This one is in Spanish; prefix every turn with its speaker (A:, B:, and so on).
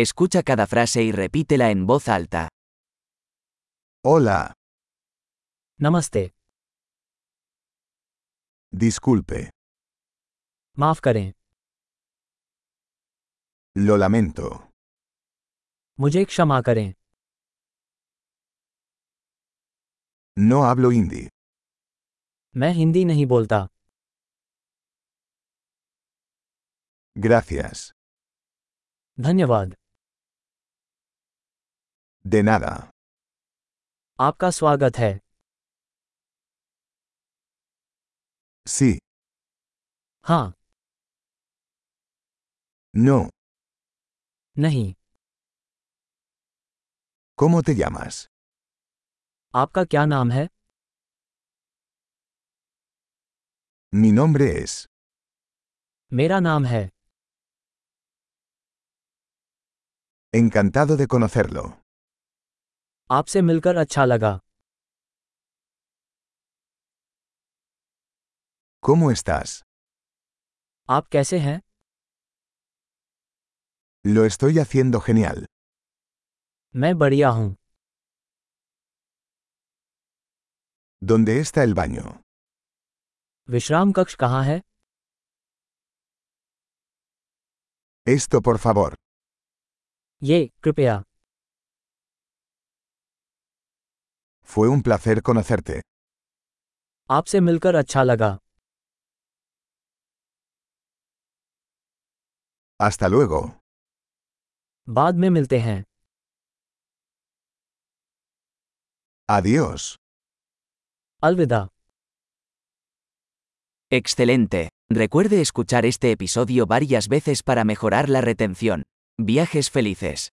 A: Escucha cada frase y repítela en voz alta.
B: Hola,
C: नमस्ते
B: disculpe,
C: माफ करें
B: lo lamento,
C: मुझे क्षमा करें
B: no hablo hindi,
C: मैं हिंदी नहीं बोलता
B: gracias,
C: धन्यवाद
B: de nada,
C: आपका स्वागत है
B: sí,
C: हाँ
B: no,
C: नहीं
B: ¿cómo te llamas?
C: आपका क्या नाम है
B: Mi nombre es,
C: मेरा नाम है
B: encantado de conocerlo,
C: आपसे मिलकर अच्छा लगा
B: ¿cómo estás?
C: आप कैसे हैं
B: Lo estoy haciendo genial,
C: मैं बढ़िया हूँ
B: ¿dónde está el baño?
C: विश्राम कक्ष कहाँ है
B: Esto por favor,
C: ये कृपया
B: fue un placer conocerte,
C: आपसे मिलकर अच्छा लगा
B: hasta luego,
C: बाद में मिलते हैं
B: adiós.
C: अलविदा
A: Excelente. Recuerde escuchar este episodio varias veces para mejorar la retención. Viajes felices.